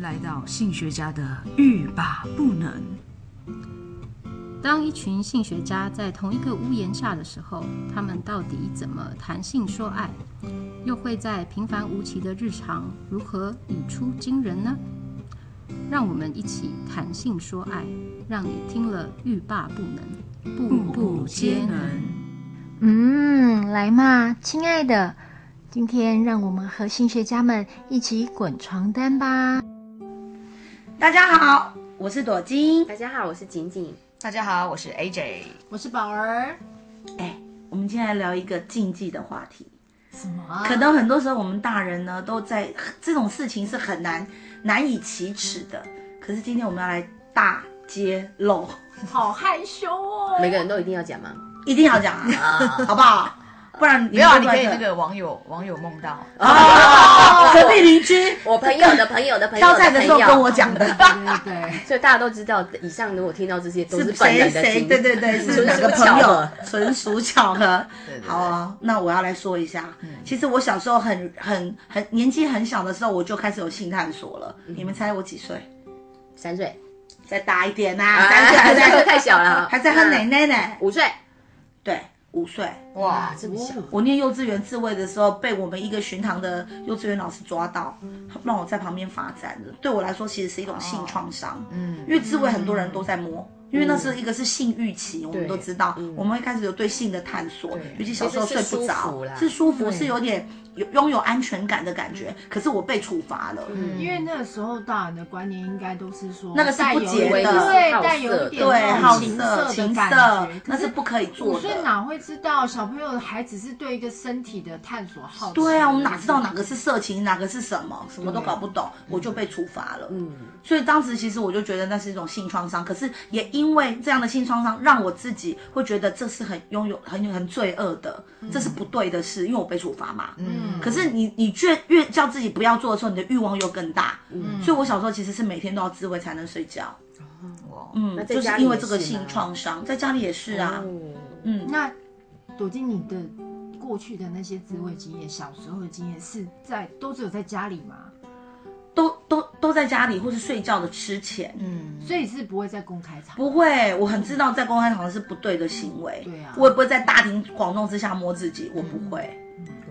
来到性学家的欲罢不能。当一群性学家在同一个屋檐下的时候，他们到底怎么谈性说爱？又会在平凡无奇的日常如何语出惊人呢？让我们一起谈性说爱，让你听了欲罢不能，步步皆能。嗯，来嘛，亲爱的，今天让我们和性学家们一起滚床单吧。大家好，我是朵金。大家好，我是景景。大家啊好，我是 AJ。我是宝儿。哎，我们今天来聊一个禁忌的话题。什么、啊？可能很多时候我们大人呢，都在这种事情是很难难以启齿的。可是今天我们要来大揭露，好害羞啊哦。每个人都一定要讲吗？一定要讲啊，好不好？不然不要、啊，你可以那个网友网友梦到哦，隔壁邻居，我朋友的朋友的朋友挑菜的时候跟我讲的，对对对，所以大家都知道，以上如果听到这些都是本谁人的谁，经对对 对，是哪个朋友，纯属巧合。好啊，那我要来说一下，嗯其实我小时候很很很年纪很小的时候，我就开始有性探索了。嗯你们猜我几岁？三岁，再大一点呐，啊三岁还在 三岁喝太小了嗯还在喝奶奶奶，五岁，对，五岁。哇，这么小，我念幼稚园自慰的时候，被我们一个巡堂的幼稚园老师抓到，让我在旁边罚站的。对我来说，其实是一种性创伤。嗯，因为自慰很多人都在摸，因为那是一个是性欲期，我们都知道，我们会开始有嗯对性的探索，尤其小时候睡不其实是舒着服啦，是舒服，是有点有拥有安全感的感觉。可是我被处罚了，嗯因为那个时候大人的观念应该都是说那个是带不有洁一的对，带有一点对，那好种色、情情的感色觉，，那是不可以五做岁的。哪会知道小朋友的孩子是对一个身体的探索好奇？对啊，我们哪知道哪个是色情，哪个是什么，什么都搞不懂，我就被处罚了。嗯，所以当时其实我就觉得那是一种性创伤，可是也因为这样的性创伤，让我自己会觉得这是很拥有很很罪恶的，嗯这是不对的事，因为我被处罚嘛。嗯，可是你你越越叫自己不要做的时候，你的欲望又更大。嗯，所以我小时候其实是每天都要自慰才能睡觉。哇，嗯哦那，在就是家里因为也这个是啊哦性吗创伤，在家里也是啊。嗯，那躲进你的过去的那些滋味经验，小时候的经验是在都只有在家里嘛，都都都在家里或是睡觉的之前，嗯，所以是不会在公开场合。不会，我很知道在公开场合是不对的行为。对啊我也不会在大庭广众之下摸自己，我不会。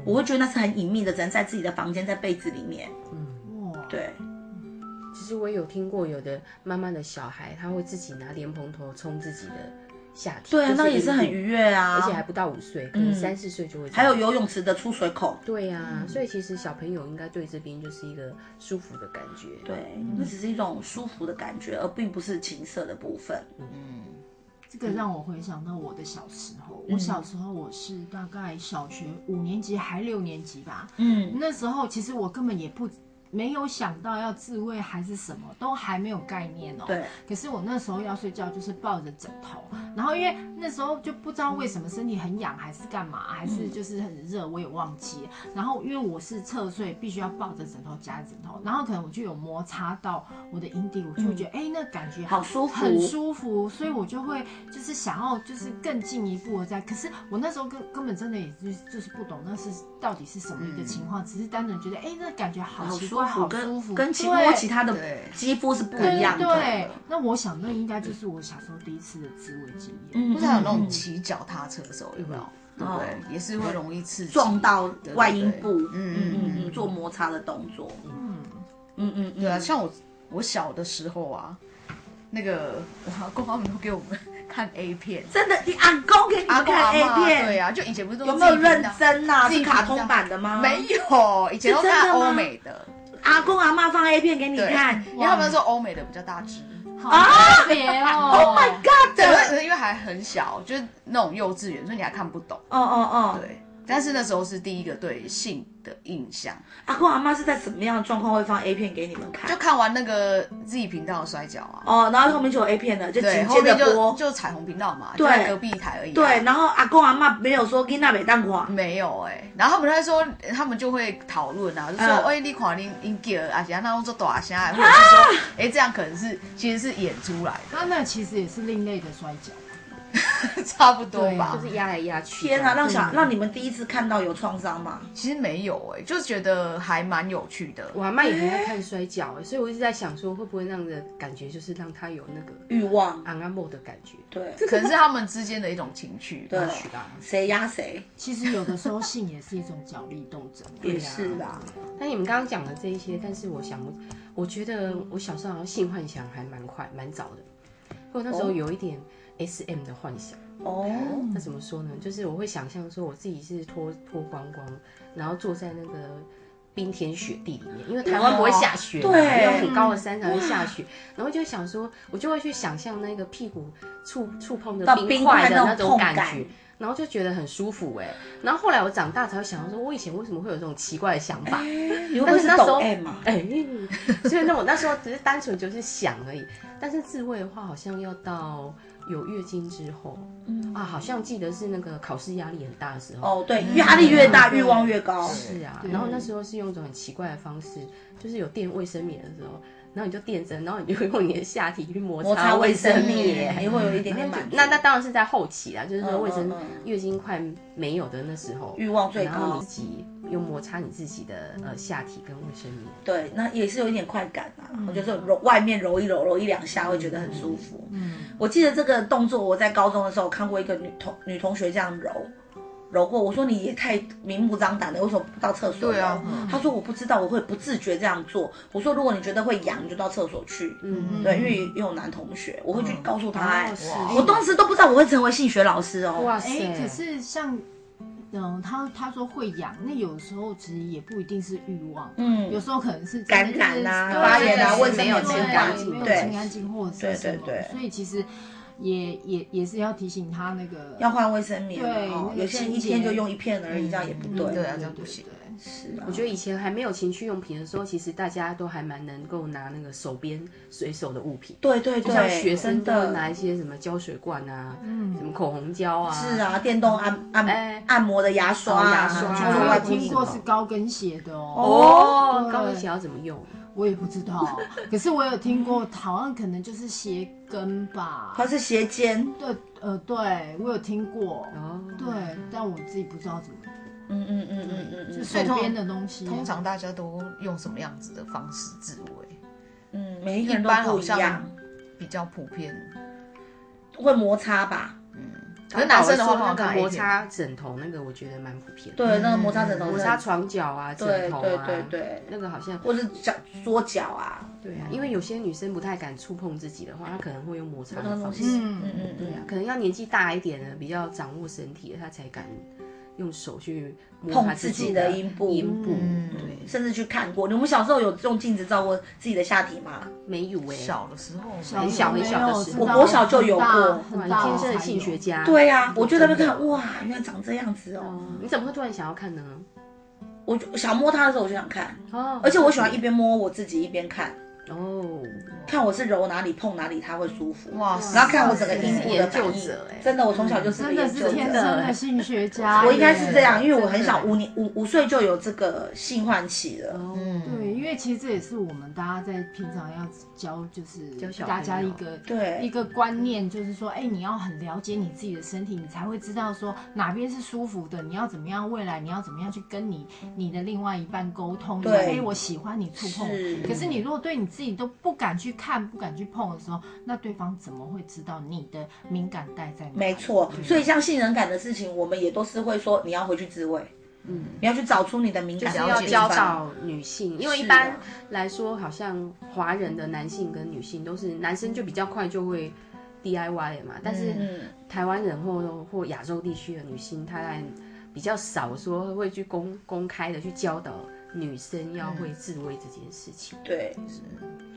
我会觉得那是很隐秘的，只能在自己的房间，在被子里面。哇，对，嗯其实我有听过有的妈妈的小孩，他会自己拿莲蓬头冲自己的下体，对啊就，那也是很阴愉部，悦啊。嗯而且还不到五岁，可能三四岁就会这样。还有游泳池的出水孔，对呀、嗯所以其实小朋友应该对这边就是一个舒服的感觉。对，那只是一种舒服的感觉，而并不是情色的部分。这个让我回想到我的小时候。嗯我小时候我是大概小学五年级还六年级吧，嗯，那时候其实我根本也不没有想到要自慰还是什么，都还没有概念哦。对。可是我那时候要睡觉，就是抱着枕头，然后因为那时候就不知道为什么身体很痒，还是干嘛，还是就是很热，我也忘记了。然后因为我是侧睡，必须要抱着枕头夹着枕头，然后可能我就有摩擦到我的阴蒂，我就会觉嗯得哎、诶那感觉好舒服很舒服，所以我就会就是想要就是更进一步的在。可是我那时候根根本真的也就是就是不懂那是到底是什么一个情况，只是单纯觉得哎、诶那感觉好嗯好奇舒怪，服，好跟舒服，跟其对摸其他的对肌肤是不对一样的。对，那我想那应该就是我小时候第一次的自慰经验。嗯不是还有那种骑脚踏车的时候有嗯没有？对不哦对？也是会容易刺激撞到外阴部，对对嗯对嗯嗯嗯嗯嗯，做摩擦的动作。嗯嗯嗯，对啊，像我我小的时候啊，那个呃我阿公他们都给我们看 A 片，啊真的，你阿公给你阿们公看阿 A 嬷片，对啊，就以前不是都有没有自己频认道真呐、啊？自是己卡频道通版的吗？没有，以前都是真看的吗欧美的，阿公阿妈放 A 片给你对，看，因为他们说欧美的比较大只，好特别 哦 Oh my god！对，可是因为还很小，就是那种幼稚园，所以你还看不懂，哦哦哦，对。但是那时候是第一个对性的印象，阿公阿妈是在什么样的状况会放 A 片给你们看就？看完那个 Z 频道的摔跤啊，哦，然后后面就有 A 片了，就对，紧后接面着就播。就彩虹频道嘛，对就在隔壁台而已啊、对，然后阿公阿妈没有说给那北蛋黄，没有哎、然后他们在说，他们就会讨论啊，就说，哎、嗯你看你你给啊，其他那种做大声的，或者是说，哎、这样可能是其实是演出来 那那其实也是另类的摔跤，的，差不多对吧就。是压来压去。嗯天啊，让小、让你们第一次看到有创伤嘛？其实没有哎、就是觉得还蛮有趣的。我阿妈以前哎在看摔跤、欸，所以我一直在想说，会不会那样的感觉，就是让她有那个欲望，昂阿莫的感觉。对可能是他们之间的一种情趣。对或，许吧谁压谁其实有的时候性也是一种角力斗争。啊也啊是啦。但你们刚刚讲的这一些，但是我想，我觉得我小时候好像性幻想还蛮快、蛮早的，或者那时候有一点 S M 的幻想。哦，那怎么说呢？就是我会想象说我自己是脱脱光光，然后坐在那个冰天雪地里面，因为台湾不会下雪嘛，对要很高的山才会下雪。然后就会想说，我就会去想象那个屁股触触碰着到冰冰块块的那种那种痛感感觉。然后就觉得很舒服哎、然后后来我长大才会想到说，我以前为什么会有这种奇怪的哎想法？ 你会不会但是是那时抖候 M 啊嘛？哎、所以那我那时候只是单纯就是想而已。但是自慰的话，好像要到有月经之后，啊，好像记得是那个考试压力很大的时嗯候。哦，对，压力越大，对欲望越高。是啊，对然后那时候是用一种很奇怪的方式，就是有垫卫生棉的时候，然后你就垫着，然后你就用你的下体去摩摩擦卫卫生生棉棉，，也会有一点点满足，那那当然是在后期啦，就是说卫生嗯嗯嗯月经快没有的那时候，欲望最然后高你自。己又摩擦你自己的呃下体跟卫生棉，对，那也是有一点快感啊。我觉得这种揉外面揉一揉，揉一两下会觉得很舒服。嗯，我记得这个动作，我在高中的时候看过一个女同女同学这样揉。揉过，我说你也太明目张胆了，为什么不到厕所揉？对啊她说我不知道，我会不自觉这样做。我说如果你觉得会痒，你就到厕所去。嗯，对，因为也有男同学，我会去告诉他、哎哦是我当时都不知道我会成为性学老师哦。哇哎、塞！可是像，嗯，他他说会痒，那有时候其实也不一定是欲望，嗯有时候可能是感真的染就是啊对发炎啊对卫生对没有对清干净没有对清干净或者对是什么，对对所以其实也也也是要提醒他那个要换卫生棉对哦，那个有些人一清洁天就用一片而已，这样也不嗯对。对啊，这样不行。是啊我觉得以前还没有情趣用品的时候，其实大家都还蛮能够拿那个手边随手的物品，对对就对，像学真生都的嗯会拿一些什么胶水罐啊，什么口红胶啊，是，啊，电动按按、哎按摩的牙刷、哦啊，牙刷就是我外有国听女过的是高跟鞋的哦，哦，对高跟鞋要怎么用？我也不知 道，可是我有听过，好像可能就是鞋跟吧它，是斜肩，对，呃，对我有听过，哦，对，但我自己不知道怎么，嗯嗯嗯嗯嗯就嗯手边的东西啊，通常大家都用什么样子的方式自慰？嗯，每一个人一般都好不一像样，比较普遍。会摩擦吧？可是男生的话，那好像个看摩 A 片擦枕头那个，我觉得蛮普遍的，对，那个摩擦枕头是，嗯摩擦床角啊，对枕头对啊，对对，那个好像或是脚桌脚啊，对啊，因为有些女生不太敢触碰自己的话，她可能会用摩擦那种的东方西，式。嗯嗯对啊嗯，，可能要年纪大一点的，比较掌握身体的，他才敢用手去摸他碰自自己己的的阴部，嗯阴部。对，甚至去看过。你们小时候有用镜子照过自己的下体吗？没有哎、小的时候很小很小的时候没有知道我国小就有过很大哇，很你大天生的才性有学家。对呀、啊我就在那边看，哇，原来长这样子哦。哦，你怎么会突然想要看呢？我就想摸它的时候，我就想看，哦，而且我喜欢一边摸我自己一边看，哦，看我是揉哪里碰哪里，它会舒服。哇，然后看我整个你阴是部的研反究应。者哎、真的，我从小就是个嗯真的研究是天者生。的性学家，我应该是这样，因为我真的很小，五年五五岁就有这个性唤起了。哦，对，因为其实这也是我们大家在平常要教，就是教小大家朋一友个对一个观念，就是说，哎、你要很了解你自己的身体，你才会知道说哪边是舒服的，你要怎么样，未来你要怎么样去跟你你的另外一半沟通，说，哎、对我喜欢你触碰是。可是你如果对你自己都不敢去看、不敢去碰的时候，那对方怎么会知道你的敏感带在哪里？没错，所以像性能感的事情，我们也都是会说你要回去自慰，嗯，你要去找出你的敏就感是的要地教方导女性，因为一是般啊来说，好像华人的男性跟女性都是男生就比较快就会 DIY 了嘛，但是嗯，台湾人或或亚洲地区的女性，她还比较少说会去公公开的去教导女生要会自慰这件事情。对，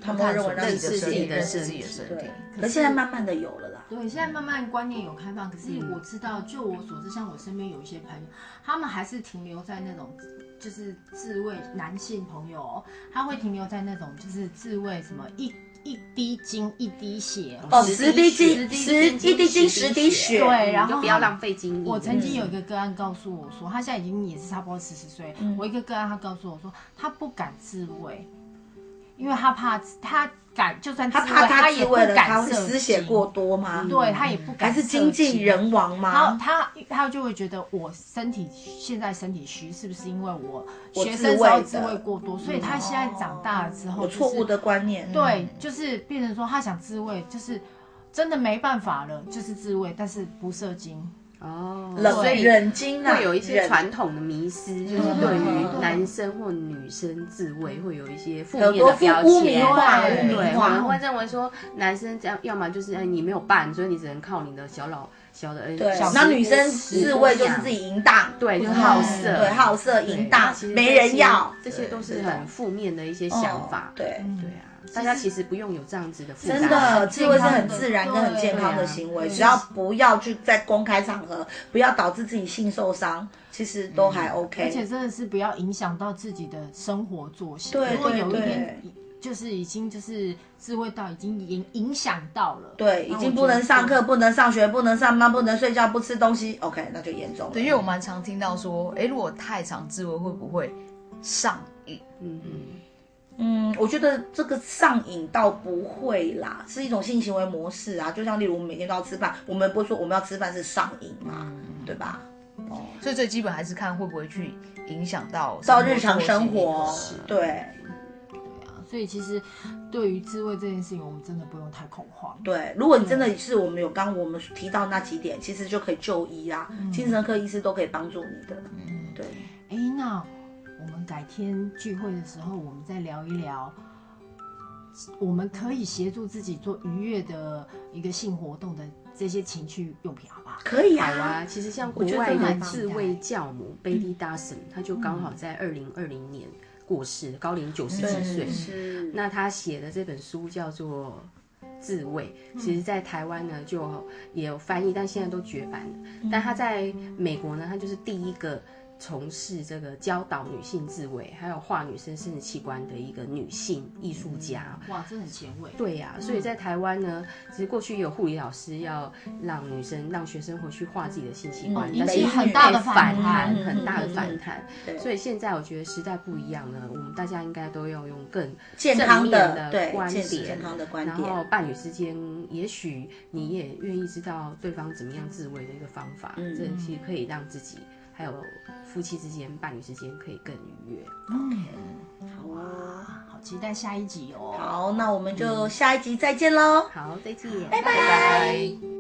他们会看认为让认你识的自身己体的认识身自己的体身体对。，可是现在慢慢的有了啦，对，现在慢慢观念有开放，可是嗯我知道，就我所知，像我身边有一些朋友，他们还是停留在那种就是自慰男性朋友哦，他会停留在那种就是自慰什么一一滴精一滴血。哦，十十滴滴精，十十滴一滴精，精十十滴滴血血，对，然你后就不要他浪费精力。我曾嗯经有一个个案告诉我说，他现在已经也是差不多四十岁。嗯我一个个案，他告诉我说，他不敢自慰，因为他怕他敢，就算他自怕慰他也自不慰了，他敢会射失血精过多吗？对他也不还敢，是经济。人亡然后吗？他他就会觉得我身体现在身体虚，是不是因为我我学自生时候慰自的慰过多，所以他现在长大了之后有就是错误的嗯观念，对，就是变成说他想自慰，就是真的没办法了，就是自慰，但是不射精。哦，冷所以冷精啊，会有一些忍传统的迷失，就是嗯对于男生或女生自慰会有一些负很面多的负标污名签。化、污对对，名我们化，会认为说男生这样，要么就是哎你没有伴，所以你只能靠你的小老小的哎对小。那姑女生十自慰姑就是娘自己淫荡，对，就是嗯好色，对，好色淫荡那啊其，实没这些人要，这些都是对很负面的一些想法哦。对，对啊，大家其实不用有这样子的负担。真的，自慰是很自然对跟很健康啊的行为，只要不要去在公开场合，不要导致自己性受伤，其实都嗯还而且 OK。真的是不要影响到自己的生活作息。对如果对有一对点就是已经就是自慰到已经影影响到了，对，那已我经觉不得能上课，不能上学，不能上班，不能睡觉，不吃东西，OK，那就严重了。对，因为我蛮常听到说，哎，如果太常自慰会不会上瘾？嗯嗯。嗯，我觉得这个上瘾倒不会啦，是一种性行为模式啊。就像例如我们每天都要吃饭，我们不是说我们要吃饭是上瘾嘛，对吧？嗯哦所以最基本还是看会不会去影响到到日常生作活息，对所以其实对于自慰这件事情，我们真的不用太恐慌。对。如果你真的是我们有刚我们提到那几点，其实就可以就医啦，精神科医师都可以帮助你的。嗯，对，哎，那我们改天聚会的时候，我们再聊一聊，我们可以协助自己做愉悦的一个性活动的这些情趣用品，好不好？可以好啊。啊，其实像国我觉得外这的蛮期自待卫教母贝蒂达森，她就刚好在二零二零年过世，高龄九十几岁。是那她写的这本书叫做《自卫》，其实在台湾呢就也有翻译，但现在都绝版了。但她在美国呢，她就是第一个。从事这个教导女性自卫，还有画女生生殖器官的一个女性艺术家哦哇，这很前卫。对呀、所以在台湾呢，其实过去也有护理老师要让女生、让学生回去画自己的性器官嗯，但引是起因为很大的被反反弹弹，很大的嗯嗯嗯反弹。对所以现在我觉得时代不一样了，我们大家应该都要用更健康正面的，的对，观健点健康的观然点。后伴侣之间，也许你也愿意知道对方怎么样自慰的一个方法，嗯这其实可以让自己还有夫妻之间、伴侣之间可以更愉悦。好啊，哇，好期待下一集哦。好，那我们就下一集再见喽。好，再见，拜拜